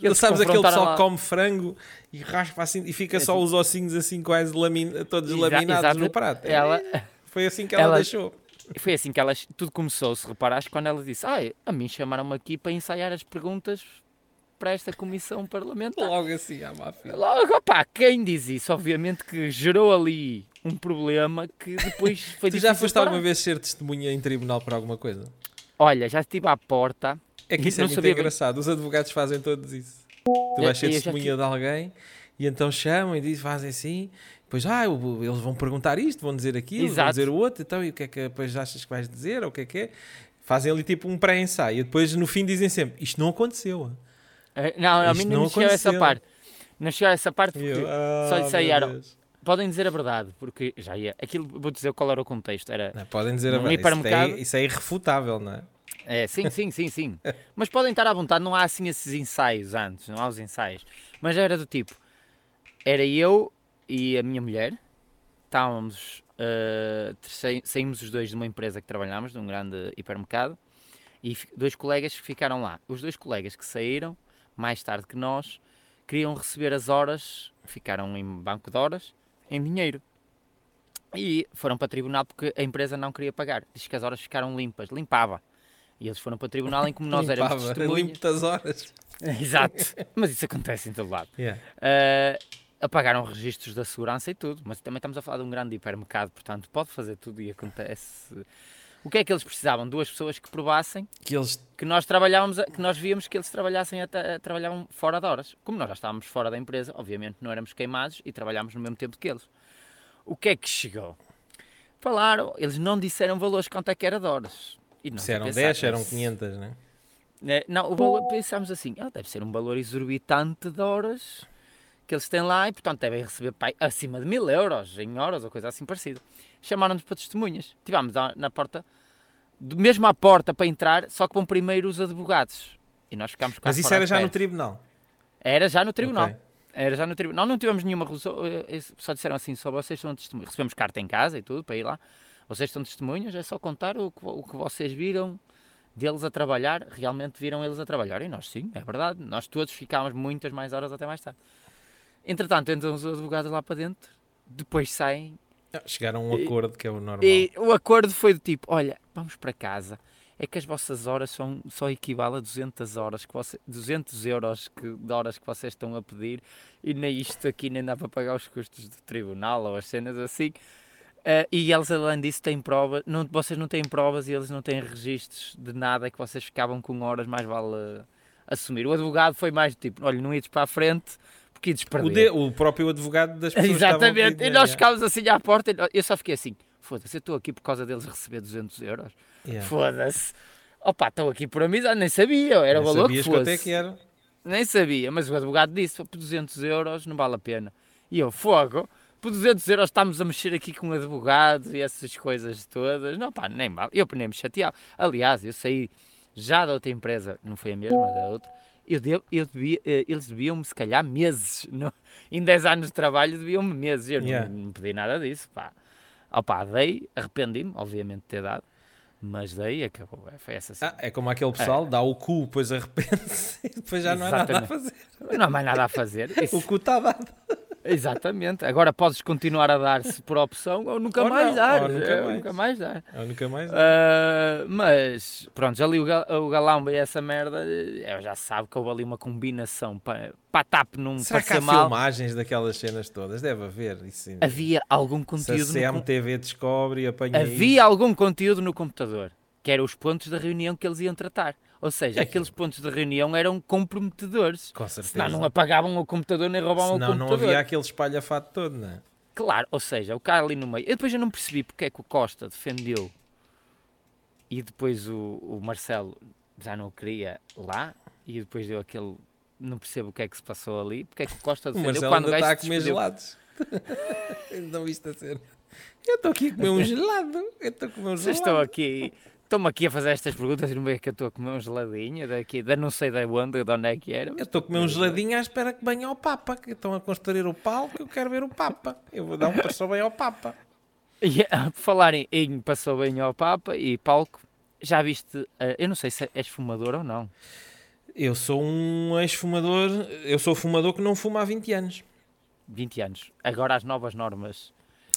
Ele sabes aquele pessoal
lá. É tipo-
que come frango e raspa assim e fica só os ossinhos assim quase lamin- todos
Exa-
laminados
exato.
no prato. É.
Ela-
[LAUGHS] Foi assim que ela,
Ela-
deixou.
Foi assim que elas, tudo começou, se reparares, quando ela disse, ah, a mim chamaram-me aqui para ensaiar as perguntas para esta comissão parlamentar.
Logo assim, à má fila.
Logo, opá, quem diz isso, obviamente que gerou ali um problema que depois
[LAUGHS]
foi
Tu já
difícil
foste
tipo, parar.
alguma vez ser testemunha em tribunal por alguma coisa?
Olha, já estive à porta,
É que isso é
Não
muito
sabia bem.
engraçado. Os advogados fazem todos isso. Tu
Eu-
vais ser
eu já
testemunha de alguém e então chamam e dizem, fazem assim. Depois, ah, o- eles vão perguntar isto, vão dizer aquilo, vão
Exato.
dizer o outro. Então, e o que é que depois achas que vais dizer? Ou o que é que é? Fazem ali tipo um pré-ensaio. E depois, no fim, dizem sempre, isto não aconteceu.
Eh, não, a
Isto
mim
não
não chegou a essa
aconteceu.
parte. Não chegou a essa parte
E
porque
eu, "Ah,
só lhe
meu
ensaiaram.
Deus."
Podem dizer a verdade, porque já ia. Aquilo, vou dizer qual era o contexto. Era
Não, podem dizer a
Num
verdade. Isso, é-
hipermercado.
isso é irrefutável, não é?
É, sim, sim, sim, sim. Mas podem estar à vontade, não há assim esses ensaios antes, não há os ensaios. Mas era do tipo: era eu e a minha mulher, estávamos, eh, sai- saímos os dois de uma empresa que trabalhámos, de um grande hipermercado, e fi- dois colegas que ficaram lá. Os dois colegas que saíram, mais tarde que nós, queriam receber as horas, ficaram em banco de horas, em dinheiro. E foram para tribunal porque a empresa não queria pagar. Diz que as horas ficaram limpas, limpava. E eles foram para tribunal em como nós éramos
[LAUGHS] Limpava,
testemunhas.
limpo as horas.
Exato. Mas isso acontece em todo lado.
Yeah.
Ah, apagaram registros da segurança e tudo, mas também estamos a falar de um grande hipermercado, portanto pode fazer tudo e acontece. O que é que eles precisavam? Duas pessoas que provassem
Que eles
que nós trabalhávamos, a- que nós víamos que eles trabalhassem até- eh, trabalhavam fora de horas. Como nós já estávamos fora da empresa, obviamente não éramos queimados e trabalhámos no mesmo tempo que eles. O que é que chegou? Falaram, eles não disseram valores quanto é que era de horas. E nós a
se eram
pensar,
10, eram
mas-
500, né?
né? Não, o valor, pensámos assim, ah, deve ser um valor exorbitante de horas que eles têm lá e, portanto, devem receber pai, acima de mil euros em horas ou coisa assim parecida. Chamaram-nos para testemunhas. Estivámos à- na porta, de- mesmo à porta para entrar, só que vão primeiro os advogados. E nós ficámos
Mas
quase
isso
fora
era
de
já no
pé.
tribunal.
Era já no tribunal.
Ok.
Era já no tribunal. Não tivemos nenhuma resolução. eh, eh, Só disseram assim, só vocês são testemunhas. Recebemos carta em casa e tudo para ir lá. Vocês são testemunhas, é só contar o que, vo- o que vocês viram deles a trabalhar. Realmente viram eles a trabalhar. E nós sim, é verdade. Nós todos ficámos muitas mais horas até mais tarde. Entretanto, entram os advogados lá para dentro, depois saem
Não, Chegaram a um acordo que é o normal.
e o acordo foi do tipo: olha, vamos para casa. É que as vossas horas são, só equivale a 200 horas, que você, 200 euros que, de horas que vocês estão a pedir e nem isto aqui nem dá para pagar os custos do tribunal ou as cenas assim. Ah, e eles, além disso, têm provas. Não, vocês não têm provas e eles não têm registros de nada que vocês ficavam com horas, mais vale eh, assumir. O advogado foi mais do tipo: olha, não ides para a frente porque ides perder.
o, de- o próprio advogado das pessoas que estavam a é. pedir
Exatamente. E
dinheiro,
nós
yeah.
ficámos assim à porta. e nó- Eu só fiquei assim: foda-se, eu estou aqui por causa deles receber 200 euros.
Yeah.
Foda-se. Opa, estão aqui por amizade, nem sabia, era o
Nem
valor que
sabias
fosse.
quanto é que era.
Nem sabia, mas o advogado disse: por 200 euros não vale a pena. E eu, fogo, por 200 euros estamos a mexer aqui com advogados e essas coisas todas. Não, pá, nem mal. Eu nem me chateava. Aliás, eu saí já da outra empresa, não foi a mesma, da outra. Eu devo, eu devia, eh, eles deviam-me, se calhar, [LAUGHS] meses. não- Em 10 anos de trabalho, deviam-me meses. Eu não-
Yeah.
não, pedi nada disso, pá. Opá, dei, arrependi-me, obviamente, de ter dado, mas dei, acabou. Foi essa cena.
Ah, é como aquele pessoal, dá o cu, depois arrepende-se [LAUGHS] e depois já não há nada a
Exatamente.
fazer.
Não há mais nada
[LAUGHS]
a fazer. Isso-
O cu está dado.
Exatamente. Agora podes continuar a dar-se por opção ou nunca
Ou
mais
não,
dar.
ou nunca
É,
mais.
nunca mais dar.
Eu nunca mais.
Ah, mas pronto, ali o, ga- o Galamba e essa merda, eh, eu já sabe que houve ali uma combinação para pa TAP não
Será que
parecer
há
mal.
filmagens daquelas cenas todas? Deve haver. Isso, ainda.
Havia algum
Se a
conteúdo no com-
CMTV descobre e apanha
havia algum conteúdo no computador, que eram os pontos da reunião que eles iam tratar. Ou
[LAUGHS]
seja, aqueles pontos de reunião eram comprometedores.
isso, com certeza.
Senão não apagavam o computador nem roubavam o
Senão não
computador.
havia aquele espalhafato todo, não é?
Claro, ou seja, o cara ali no meio. Eu depois eu não percebi porque é que o Costa defendeu e depois o, o Marcelo já não o queria lá e depois deu aquele. Não percebo o que é que se passou ali, porque é que o Costa
O
defendeu
Marcelo
quando o
ainda tá
gajo
está a
se
comer
despediu. [LAUGHS]
gelados. Ainda não viste a cena. Eu estou aqui a comer um gelado. Eu estou a comer um
Vocês
gelado.
estão aqui. Estão-me aqui a fazer estas perguntas e não é que eu estou a comer um geladinho daqui, da não sei da onde, de onde é que era.
Eu estou a comer um geladinho à espera que venha ao Papa. Que estão a construir o palco. Eu quero ver o Papa. Eu vou dar um passo bem ao Papa.
E, ah, por falar em, em passou bem ao Papa e palco, já viste, ah, eu não sei se és fumador ou não.
Eu sou um ex-fumador. Eu sou fumador que não fuma há 20 anos.
20 anos. Agora as novas normas.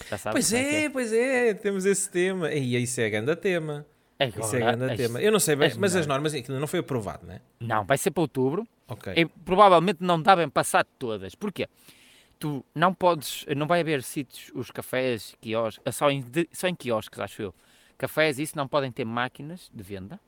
Já sabes
Pois
como que
é, pois é, temos esse tema. E isso é grande tema.
Agora,
isso é grande
as-
tema. Eu não sei bem,
as
mas as normas aquilo não foi aprovado, né?
Não, vai ser para outubro.
Ok.
E provavelmente não devem passar todas. Porquê? Tu não podes, não vai haver sítios, os cafés, quiosques, só em, de- só em quiosques, acho eu. Cafés, isso não podem ter máquinas de venda.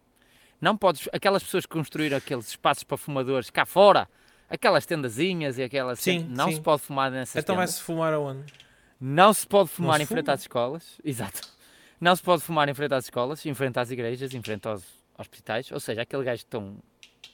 Não podes, aquelas pessoas que construíram aqueles espaços para fumadores cá fora, aquelas tendazinhas e aquelas.
Sim,
tendas- não
sim.
se pode fumar nessas
então
tendas.
vai-se fumar aonde?
Não se pode fumar
se
em frente
fuma.
às escolas. [LAUGHS] Exato. Não se pode fumar em frente às escolas, em frente às igrejas, em frente aos hospitais. Ou seja, aquele gajo que estão. a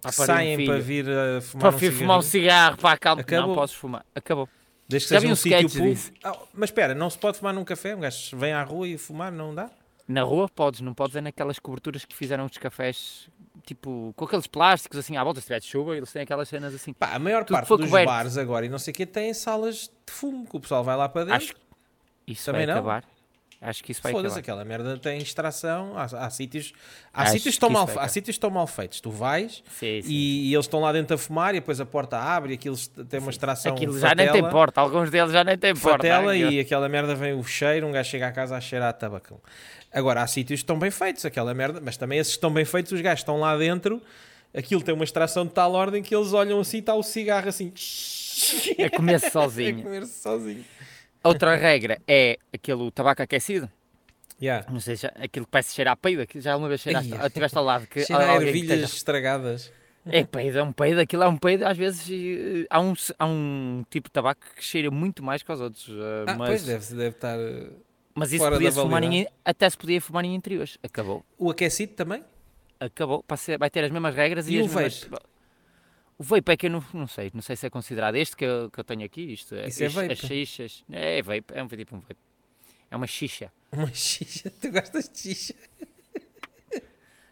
Que
parir um
saem
filho,
para vir a fumar
para
um
vir fumar
cigarrinho?
um cigarro para a calma.
Acabou.
Não podes fumar. Acabou.
Desde que
Já
seja
vi
um
um
sítio
sketch disso.
público. Ah, mas espera, não se pode fumar num café? Um gajo vem à rua e fumar, não dá?
Na rua podes, não podes é naquelas coberturas que fizeram os cafés, tipo, com aqueles plásticos assim à volta, se tiver de chuva, eles têm aquelas cenas assim.
Pá, a maior
Tudo
parte
foi
dos
coberto.
bares agora e não sei o quê têm salas de fumo, que o pessoal vai lá para dentro.
Acho que isso
Também não?
vai acabar. Acho que isso vai
Foda-se,
acabar.
aquela merda tem extração. Há, há sítios, há
Acho
sítios que estão
que isso
mal,
vai
há
acabar.
sítios que estão mal feitos. Tu vais
Sim, sim.
E, e eles estão lá dentro a fumar e depois a porta abre e aquilo est- tem uma extração
Aquilo já
fatela,
nem tem porta, alguns deles já nem têm porta.
fatela
Aquilo-
e aquela merda vem o cheiro, um gajo chega a casa a cheirar a tabacão. Agora, há sítios que estão bem feitos, aquela merda, mas também esses que estão bem feitos, os gajos estão lá dentro, aquilo tem uma extração de tal ordem que eles olham assim, está o cigarro assim, [LAUGHS]
A comer-se
a
É sozinho.
comer-se sozinho.
Outra regra é aquele tabaco aquecido.
Yeah.
Não sei, já, aquilo que parece cheirar a peido. aquilo Já uma vez cheiraste,
Ai,
ou tiveste ao lado que
Cheira a
alguém que
ervilhas
esteja-
estragadas.
É peido, é um peido. Aquilo é um peido. Às vezes eh, há um, se- há um tipo de tabaco que cheira muito mais que os outros. eh,
Ah, pois
mas,
deve, deve estar. uh,
mas isso
fora da
podia-se fumar
validade.
em, até se podia fumar em interiores. Acabou.
O aquecido também?
Acabou. Vai ser- vai ter as mesmas regras e,
E
as
o
mesmas... O vape é que eu não, não sei. Não sei se é considerado este que eu, que eu tenho aqui. Isto,
Isso é
as-
vape.
As xixas. É, é vape. É um tipo um vape. É uma xixa.
[LAUGHS] Uma xixa, tu gostas de xixa?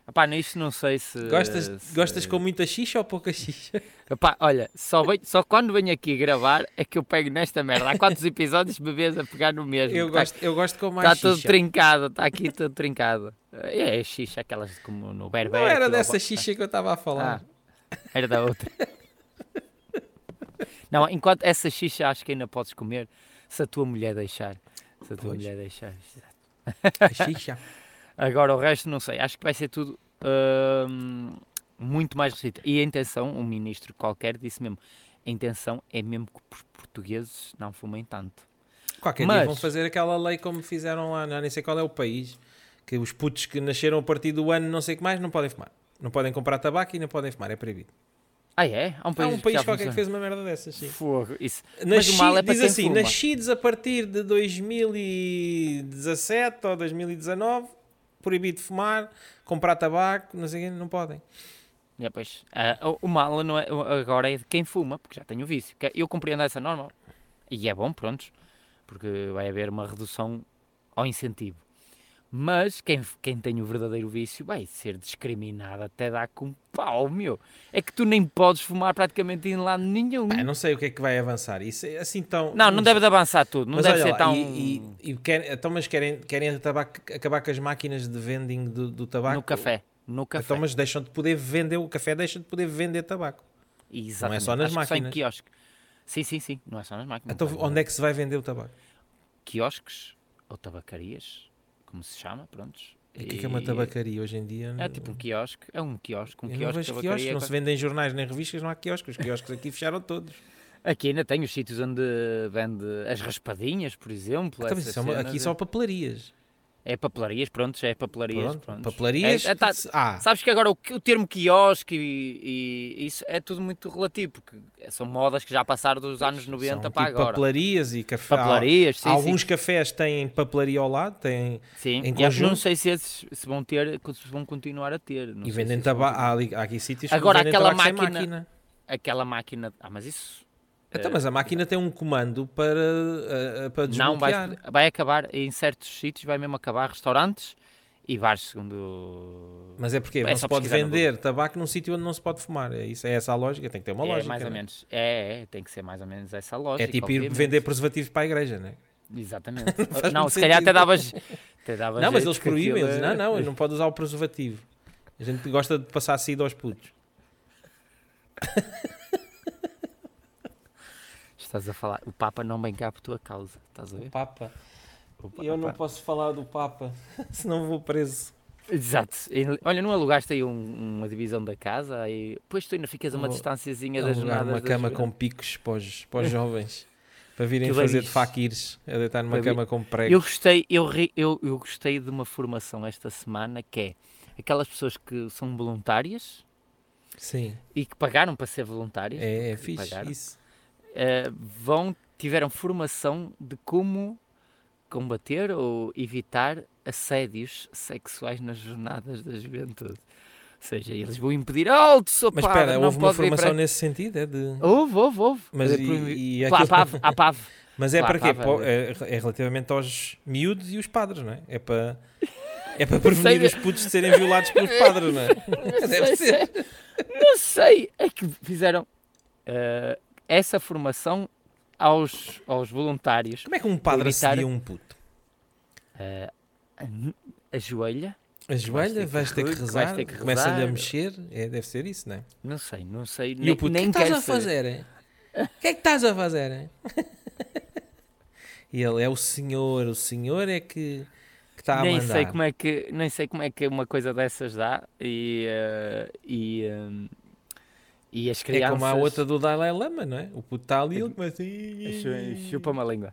Epá, nisso não Eh, sei se...
Gostas,
se-
gostas com muita xixa ou pouca xixa?
[LAUGHS] Epá, olha, só, venho- só quando venho aqui gravar é que eu pego nesta merda.
[LAUGHS]
Há quantos episódios me vês a pegar no mesmo?
Eu gosto, eu gosto com mais
Está Tá. tudo
xixa.
trincado, está aqui tudo trincado. É, é xixa, aquelas como no berber.
Não era
aquilo-
dessa xixa que eu estava a
Ah,
falar.
era da outra.
[LAUGHS]
Não, enquanto essa xixa acho que ainda podes comer se a tua mulher deixar. Se a tua
Pois.
mulher deixar.
[LAUGHS]
Ah.
A xixa.
Agora o resto não sei, acho que vai ser tudo hum, muito mais restrito. E a intenção, um ministro qualquer disse mesmo, a intenção é mesmo que os portugueses não fumem tanto.
Qualquer dia
Mas-
vão fazer aquela lei como fizeram lá, não, nem sei qual é o país, que os putos que nasceram a partir do ano não sei o que mais não podem fumar. Não podem comprar tabaco e não podem fumar, é proibido.
Ah é? Há um
Há
país,
um
que
país
já
qualquer que
funciona.
fez uma merda dessas, sim.
Fogo, isso. Mas
Nasci,
o mal é para
diz
quem
assim,
fuma.
nascidos a partir de 2017 ou 2019, proibido de fumar, comprar tabaco, não sei o quê, não podem.
É, pois, ah, o- o mal não é, o- agora é de quem fuma, porque já tem o vício. Que Eu compreendo essa norma é e é bom, prontos, porque vai haver uma redução ao incentivo. Mas quem, quem tem o verdadeiro vício vai ser discriminado até dar com pau, meu. É que tu nem podes fumar praticamente em lado nenhum.
Pá, não sei o que é que vai avançar. Isso é assim tão.
Não, não deve de avançar tudo. Não
Mas
deve
olha
ser
lá,
tão.
e, e- e quer- então, mas querem, querem acabar, acabar com as máquinas de vending do, do tabaco?
no café. No café.
Então, mas deixam de poder vender, o café deixa de poder vender tabaco. é
Exatamente.
só nas
Acho que
máquinas.
em quiosque. Sim, sim, sim. Não é só nas máquinas.
Então, onde é que se vai vender o tabaco?
Quiosques ou tabacarias, como se chama, prontos.
E o que é que é uma tabacaria hoje em dia?
É tipo um quiosque. É um quiosque. Um
Eu
quiosque,
não vejo
tabacaria,
quiosques, não
qual-
se vendem jornais nem revistas, não há quiosques. Os quiosques aqui fecharam todos.
Aqui ainda tem os sítios onde vende as raspadinhas, por exemplo.
Então, mas
essa
isso é uma-
cena
aqui
de-
são papelarias.
É papelarias, pronto, é papelarias.
Pronto,
Pronto.
papelarias.
É- é tá-
se- ah,
Sabes que agora o, que- o termo quiosque e, e isso é tudo muito relativo, porque são modas que já passaram dos anos 90
são
para
tipo
agora.
papelarias e café.
Papelarias,
há-
sim,
Alguns cafés têm papelaria ao lado têm,
sim.
em
E acho-
conjunto.
não sei se esses se vão ter, se vão continuar a ter. não
e
sei
vendem
se isso vão
tabaco. Há, ali- há aqui sítios que
Agora,
vendem
aquela
tabaco sem
máquina-
máquina.
ter. Aquela máquina. Ah, mas isso
Então, mas a máquina tem um comando para, ah, ah, para desbloquear.
não vai, vai acabar em certos sítios, vai mesmo acabar restaurantes e bares, segundo.
Mas é porque
É
não
só
se pode
pesquisar no
vender tabaco num sítio onde não se pode fumar. É, isso, é essa a lógica, tem que ter uma
é
lógica.
mais ou
né?
menos. É, é, tem que ser mais ou menos essa lógica.
É tipo ir
obviamente.
vender preservativos para a igreja, né?
Exatamente.
[LAUGHS] Faz
não,
muito
se calhar até
sentido.
davas. Até davas
Não, mas
jeito
eles
que aquilo
proíbem. eles-
é-
Não, não, eu não pode usar o preservativo. A gente gosta de passar sida aos putos.
Estás a falar. O Papa não vem cá por tua causa. Estás a ver?
Papa.
O
Eu não
Papa-
posso falar do Papa, [LAUGHS] senão vou preso.
Exato. E- Olha, não alugaste aí um- uma divisão da casa? Aí... Pois tu ainda ficas a uma
Vou
distanciazinha das
Alugar
jornadas.
uma
das
cama
jornadas.
com picos para os, para os jovens. Para virem
Que
fazer de
lariz.
faquires, a deitar numa
Para vir-
cama com
Eu
pregos.
gostei, eu, ri- eu, eu gostei de uma formação esta semana que é aquelas pessoas que são voluntárias
Sim,
e que pagaram para ser voluntárias.
é, é
porque
fixe.
pagaram.
Isso.
eh, vão tiveram formação de como combater ou evitar assédios sexuais nas jornadas da juventude. Ou seja, eles vão impedir, alto, sou
Mas
padre,
espera,
não
houve uma
pode vir
formação
para...
nesse sentido? É de...
Houve, houve, houve.
Mas
Eh,
e-
proibi-
e
Pá,
aquilo-
apave, apave.
Mas é
Lá
para quê?
estava,
Pô,
né?
é, é relativamente aos miúdos e os padres, não é? É para, é
[LAUGHS]
para prevenir
Sei-
os putos de serem violados pelos
[LAUGHS]
padres, não é? Deve
sei
ser.
Não sei, é que fizeram eh, essa formação aos, aos voluntários.
Como é que um padre
Evitar-
assedia um puto?
A joelha,
A joelha,
Vais
vais
ter
ter
que
que
rezar,
rezar,
vais ter que
começa-lhe a
rezar.
mexer, é, deve ser isso, não é?
não sei, não sei.
E o puto, o que é que estás
quero
a
saber.
fazer?
[LAUGHS]
hein? O que é que estás a fazer? hein?" [LAUGHS] E ele é o senhor, o senhor é que, que está Tá a
nem
mandar.
sei como é que nem sei como é que uma coisa dessas dá e eh, e, eh, e as
é
crianças
como a outra do Dalai Lama, não é? O puto está ali, ele começa...
Chu- chupa-me a língua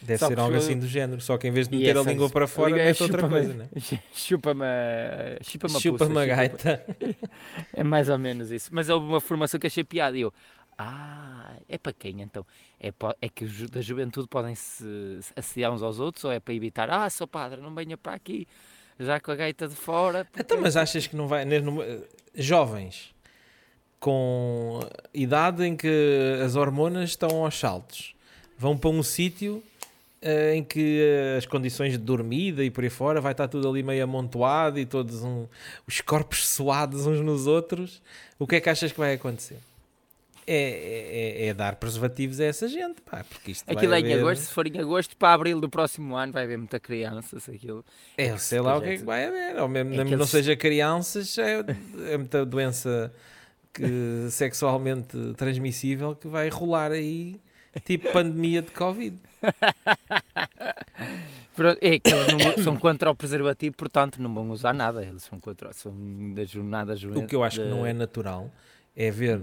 Deve
Só
ser
que
algo
foi-
assim do género, só que em vez de
E
meter a
essa-
língua para fora,
língua é
mete outra
[LAUGHS] chupa-me-
coisa, né?
chupa-me a- chupa-me a
Chupa-me
puça,
a gaita.
é mais ou menos isso mas houve uma formação que achei piada e eu ah é para quem então é pa- é que os ju- da juventude podem se se assediar uns aos outros ou é para evitar ah sou padre não venha para aqui já com a gaita de fora
[LAUGHS] Então,
porque-
mas achas que não vai. nem numa- Jovens com idade em que as hormonas estão aos saltos vão para um sítio eh, em que eh, as condições de dormida e por aí fora vai estar tudo ali meio amontoado e todos um- os corpos suados uns nos outros. O que é que achas que vai acontecer? É, é- é- é dar preservativos a essa gente, pá, porque isto vai
Aquilo é em
haver- né?
agosto, se for em agosto, para abril do próximo ano vai haver muita criança, se aquilo.
É, eu sei lá o que é que
projeto.
vai haver. Ou mesmo,
É
mesmo
que
não
eles-
seja crianças, é, é muita doença
[LAUGHS]
que, sexualmente transmissível que vai rolar aí, tipo pandemia de Covid.
Pronto, É que eles não- são contra o preservativo, portanto não vão usar nada. Eles são contra, são da jornada
O que eu acho que não é natural é ver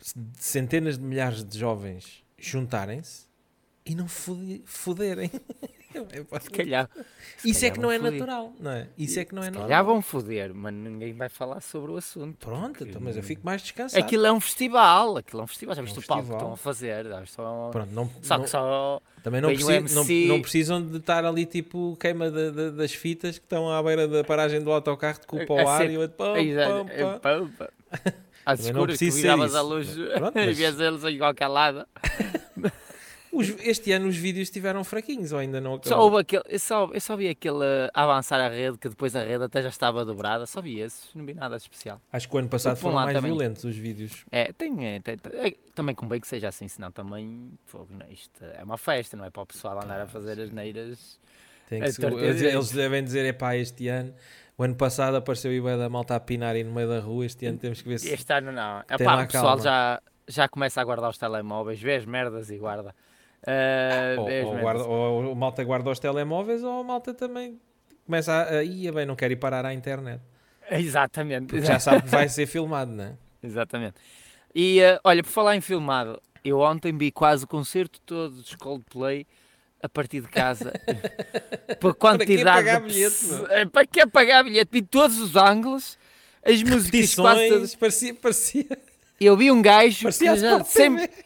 c- centenas de milhares de jovens juntarem-se e não fode- foderem. [LAUGHS] É
Se calhar. se
Isso é
calhar
que não
vão
é
foder.
natural, não é? Isso é que não é
Se calhar
natural.
vão foder, mas ninguém vai falar sobre o assunto.
Pronto,
porque
então, mas eu
não-
fico mais descansado.
Aquilo é um festival, aquilo é um festival. Já viste
um
o palco que
festival.
estão a fazer? Já viste só-
Pronto, não,
Só
não-
que só.
Também não,
Vem o
preci- não-
MC.
não precisam de estar ali tipo queima da- da- das fitas que estão à beira da paragem do autocarro de culpa
A-
ao
a
ar
ser-
e o outro pam,
Exato,
pam,
é
pam. [LAUGHS]
pampa. Às
Também não
escuras, Ah, tu
preciso ser
viravas [LAUGHS]
isso.
à luz
Pronto,
e
mas-
vias eles em qualquer lado.
Os- este ano os vídeos estiveram fraquinhos ou ainda não
Só
acabou?
houve aquele, eu, só, eu só vi aquele eh, avançar a rede, que depois a rede até já estava dobrada. Só vi esses, não vi nada de especial.
Acho que o ano passado
Por um
foram
lado
mais
também.
violentos os vídeos.
É, tem, é, tem- tem- é, também convém que seja assim, senão também fogo, não, isto é uma festa, não é para o pessoal andar a fazer as neiras.
Tem
É
que se-
torto e
eles,
direito.
eles devem dizer, epá, este ano, o ano passado apareceu o Iba da Malta a pinar aí no meio da rua, este ano temos que ver se...
Este ano não.
Tem
Epá,
lá
o pessoal
calma.
já, já começa a guardar os telemóveis, vê as merdas e guarda. Ah,
Ou,
vê as
ou
merdas.
guarda- ou o Malta guarda os telemóveis ou a Malta também começa a... a Ia bem, não quero ir parar à internet.
Exatamente.
Porque já sabe que vai ser filmado, não é?
Exatamente. E eh, olha, por falar em filmado, eu ontem vi quase o concerto todo dos Coldplay a partir
[LAUGHS]
de casa. Por quantidade.
pagar
de
bilhete,
pessoas-
meu?
Eh, Para que pagar bilhete? Vi todos os ângulos, as músicas quase
Petições,
todas.
parecia, parecia,
Eu vi um gajo
parecia a
que já,
Sport
sempre-
TV.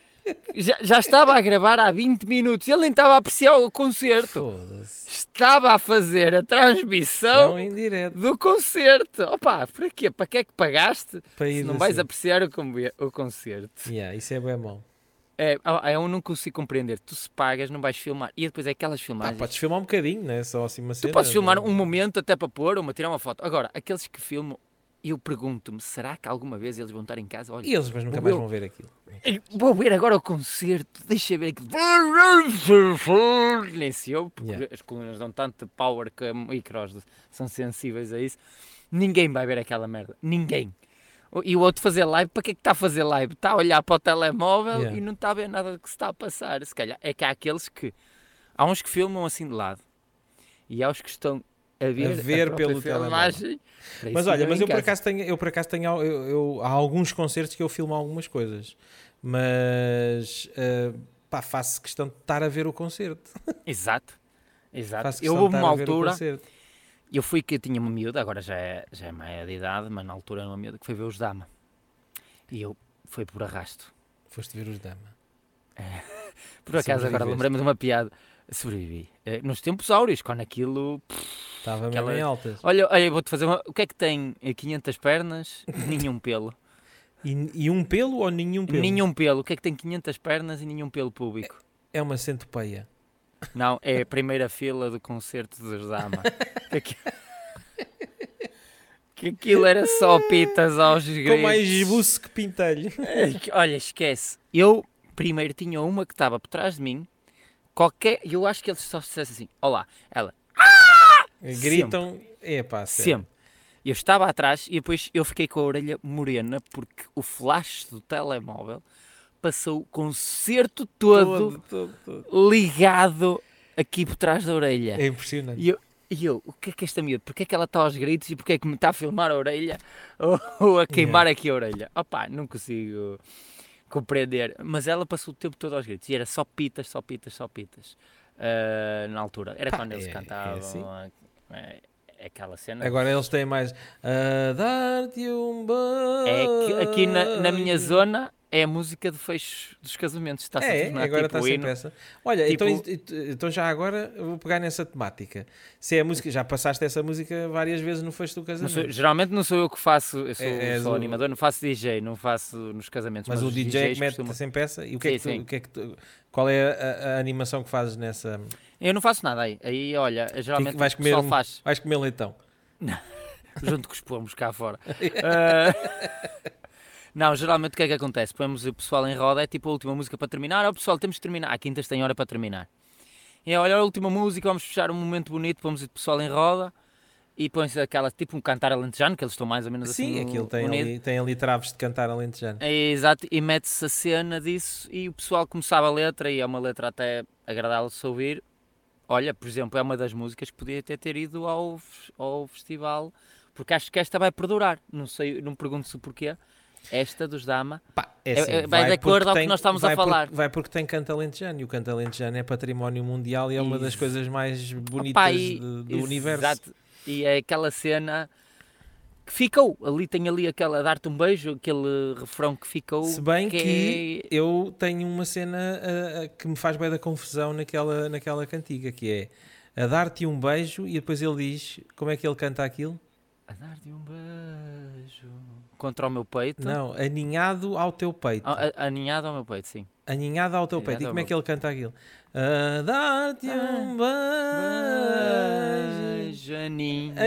já, já estava a gravar há 20 minutos, ele nem estava a apreciar o concerto.
Foda-se.
Estava a fazer a transmissão
Não em direto.
do concerto. Opa, para quê? Para que é que pagaste?
Para
Se
ir
não vais
assim.
apreciar o, conve- o concerto.
Yeah, isso é bem mau.
É, ah, eu não consigo compreender. Tu se pagas, não vais filmar. E depois é aquelas
Ah,
filmagens.
podes filmar um bocadinho, né? Só assim uma
tu
cena,
podes filmar
não-
um momento até para pôr, uma tirar uma foto. Agora, aqueles que filmam, eu pergunto-me, será que alguma vez eles vão estar em casa? Olha,
E eles, mas nunca
O
mais
meu-
vão ver aquilo.
eu vou ver agora o concerto, deixa eu ver aquilo. Nem se ouve, porque
Yeah.
as colunas dão tanto power que micros são sensíveis a isso. Ninguém vai ver aquela merda. Ninguém. O- E o outro fazer live, para que é que está a fazer live? Está a olhar para o telemóvel
Yeah.
e não está a ver nada do que se está a passar. Se calhar é que há aqueles que. Há uns que filmam assim de lado e há os que estão a ver,
ver
própria
pelo telemóvel.
filmagem. Para
Mas
isso
olha,
ficam
mas
é em
eu por
casa.
acaso tenho, eu por acaso tenho al- eu, eu- há alguns concertos que eu filmo algumas coisas, mas ah, pá, faço questão de estar a ver o concerto.
Exato. Exato.
Faço
Tá. Eu
questão de
houve
estar
uma
a ver o
altura
concerto.
Eu fui que eu tinha uma miúda, agora já é, já é maior de idade, mas na altura era uma miúda que foi ver os Dama. E eu fui por arrasto.
Foste ver os Dama.
Por acaso agora
Sobreviveste.
lembrei-me de uma piada. Sobrevivi. Eh, Nos tempos áureos, quando aquilo. pff,
Estava
Aquela-
mesmo em altas.
Olha, olha, eu vou-te fazer uma. O que é que tem eh, 500
[LAUGHS]
pernas? Nenhum pelo.
E, e um pelo ou nenhum pelo?
Nenhum pelo. O que é que tem 500 pernas e nenhum pelo público?
É uma centopeia.
Não, é a primeira fila do concerto dos
[LAUGHS]
Dama. Que aqui- Que aquilo era só pitas aos gritos.
Com mais esbuço que pintelho.
Ai, que- [LAUGHS] Olha, esquece. Eu primeiro tinha uma que estava por trás de mim. Qualquer. Eu acho que eles só dissessem assim: Olá, ela,
Gritam. É pá, sério.
sempre. Eu estava atrás e depois eu fiquei com a orelha morena porque o flash do telemóvel passou o concerto todo,
Todo, todo, todo.
ligado aqui por trás da orelha.
É impressionante.
E eu, e eu, o que é que é esta miúda? Porquê é que ela está aos gritos e porquê é que me está a filmar a orelha [LAUGHS] ou, ou a queimar aqui a orelha? Opá, não consigo compreender. Mas ela passou o tempo todo aos gritos e era só pitas, só pitas, só pitas. Ah, na altura. Era
Pá,
quando eles
é- é
cantavam
assim.
ah, é- é aquela cena.
Agora eles têm mais. A dar-te um banho.
É que aqui na, na minha zona é a música de fecho dos casamentos. Está sempre
É,
a tornar
agora
tipo
está
o hino.
sempre essa. Olha,
Tipo-
então, então já agora eu vou pegar nessa temática. Se é a música, já passaste essa música várias vezes no fecho do
Não sou-
casamento.
geralmente não sou eu que faço, eu sou,
É- és
sou
o-
animador, não faço DJ, não faço nos casamentos.
Mas, o
os
DJ é
DJs
que mete
costumam-
sempre essa. E o que, é que
Sim,
tu-
sim.
o que é que tu- Qual é a, a animação que fazes nessa.
Eu não faço nada aí. Aí, olha, geralmente
vais
o pessoal
comer um-
faz
Vais comer leitão.
junto com os pomos
[LAUGHS]
cá fora. Ah, não, geralmente o que é que acontece? Pomos o pessoal em roda, é tipo a última música para terminar. Ó pessoal, temos de terminar. À quintas tem hora para terminar. E é, olha, a última música, vamos fechar um momento bonito, pomos o pessoal em roda e põe-se aquela, tipo um cantar alentejano, que eles estão mais ou menos assim.
Sim, aquilo tem
unido.
ali, tem ali traves de cantar alentejano.
É, exato, e mete-se a cena disso e o pessoal começava a letra, e é uma letra até agradável de se ouvir. Olha, por exemplo, é uma das músicas que podia até ter ido ao, fes- ao festival, porque acho que esta vai perdurar. Não sei, não pergunto-se o porquê. Esta dos Dama.
Pá, é
É-
assim,
é- vai de
porque
acordo ao que
tem-
nós estamos a
vai porque-
falar.
vai porque tem canto alentejano e o canto alentejano é património mundial e é uma das
Ex-
coisas mais bonitas
Opá, e-
de- do
exato,
universo.
E é aquela cena que ficou. Ali tem ali aquela dar-te um beijo, aquele refrão que ficou.
Se bem
que
que
é-
eu tenho uma cena ah, ah, que me faz bem da confusão naquela, naquela cantiga, que é a dar-te um beijo e depois ele diz como é que ele canta aquilo?
A dar-te um beijo. contra o meu peito.
Não, aninhado ao teu peito.
A- a- Aninhado ao meu peito, sim.
Aninhado ao teu peito.
Ah.
E
Aninhado ao
como é
meu Ah.
que ele canta aquilo? A dar-te um beijo.
Beijo, aninhado.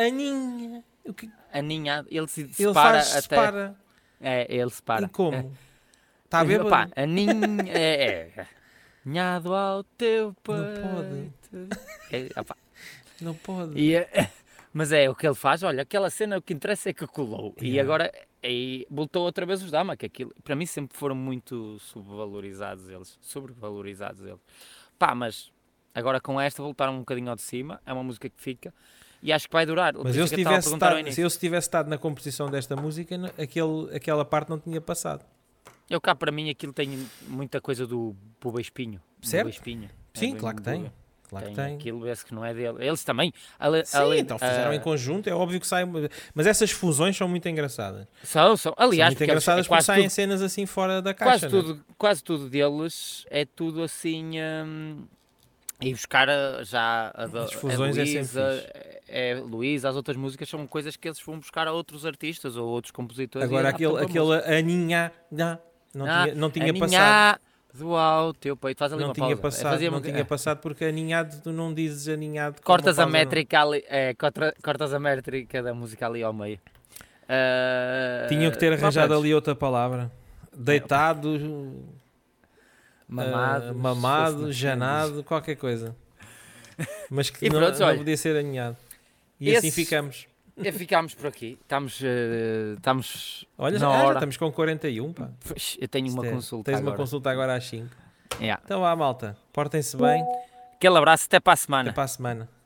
Aninha. aninha. O que-
Aninhado. Ele se
Ele
separa
faz,
até.
separa.
É, ele separa.
E como? Tá Está a ver?
Opa, aninha. É, é. Aninhado ao teu peito.
pode.
É, opá.
Não pode.
E, eh, mas é [LAUGHS] o que ele faz, olha, aquela cena o que interessa é que colou. E
Yeah.
agora aí voltou outra vez os Dama, que aquilo, para mim sempre foram muito subvalorizados eles, sobrevalorizados eles. Pá, mas agora com esta voltaram um bocadinho ao de cima, é uma música que fica e acho que vai durar. O
Mas
Por
eu
isso
se,
é que estava a
tivesse
perguntar ao
estado, se
início.
eu se tivesse estado na composição desta música, não- aquele, aquela parte não tinha passado.
Eu cá para mim aquilo tem muita coisa do Buba Espinho. Buba
Certo.
Espinho. É
Sim,
bem
claro que
Buba.
tem. Claro que tem.
Aquilo parece que não é dele. Eles também. Ale,
Sim,
ale-
então fizeram
ah,
em conjunto, é óbvio que sai. Mas essas fusões são muito engraçadas.
são, são.
são muito
Aliás, porque eles- é
engraçadas porque
quase
saem
tudo-
cenas assim fora da
quase
caixa. não é?
tudo, quase tudo deles é tudo assim. hum, e buscar a- já a, do-
As
a
fusões é sempre
Luísa, é, Luísa, as outras músicas são coisas que eles vão buscar a outros artistas ou outros compositores.
Agora, aquele, aquele aninha, não, não tinha, não tinha passado.
Do ao teu peito, faz Ah, ali
Não
uma
tinha
pausa. É,
passado,
Fazia
não
uma- [LAUGHS]
tinha passado porque aninhado, tu não dizes aninhado. com
Cortas
uma
a
pausa, não.
métrica ali, é, corta- cortas a métrica da música ali ao meio. Ah, É,
Tinham que ter
mas
arranjado
pronto,
ali ah, outra palavra. Deitado,
mamado,
ah, mamado
fofinho.
janado, qualquer
[LAUGHS]
coisa. Mas que
E
não,
pronto,
não
olha.
podia ser aninhado. E assim
Esse-
ficamos.
E É, ficámos por aqui. Estamos. eh, estamos
Olha,
na
já, ah, já
hora.
estamos com 41, pá.
Pois, Eu tenho
Isto
uma
é,
consulta.
Tens
agora.
uma consulta agora às 5.
Yeah.
Então vá, malta. Portem-se bem.
Aquele abraço, até para a semana.
Até para a semana.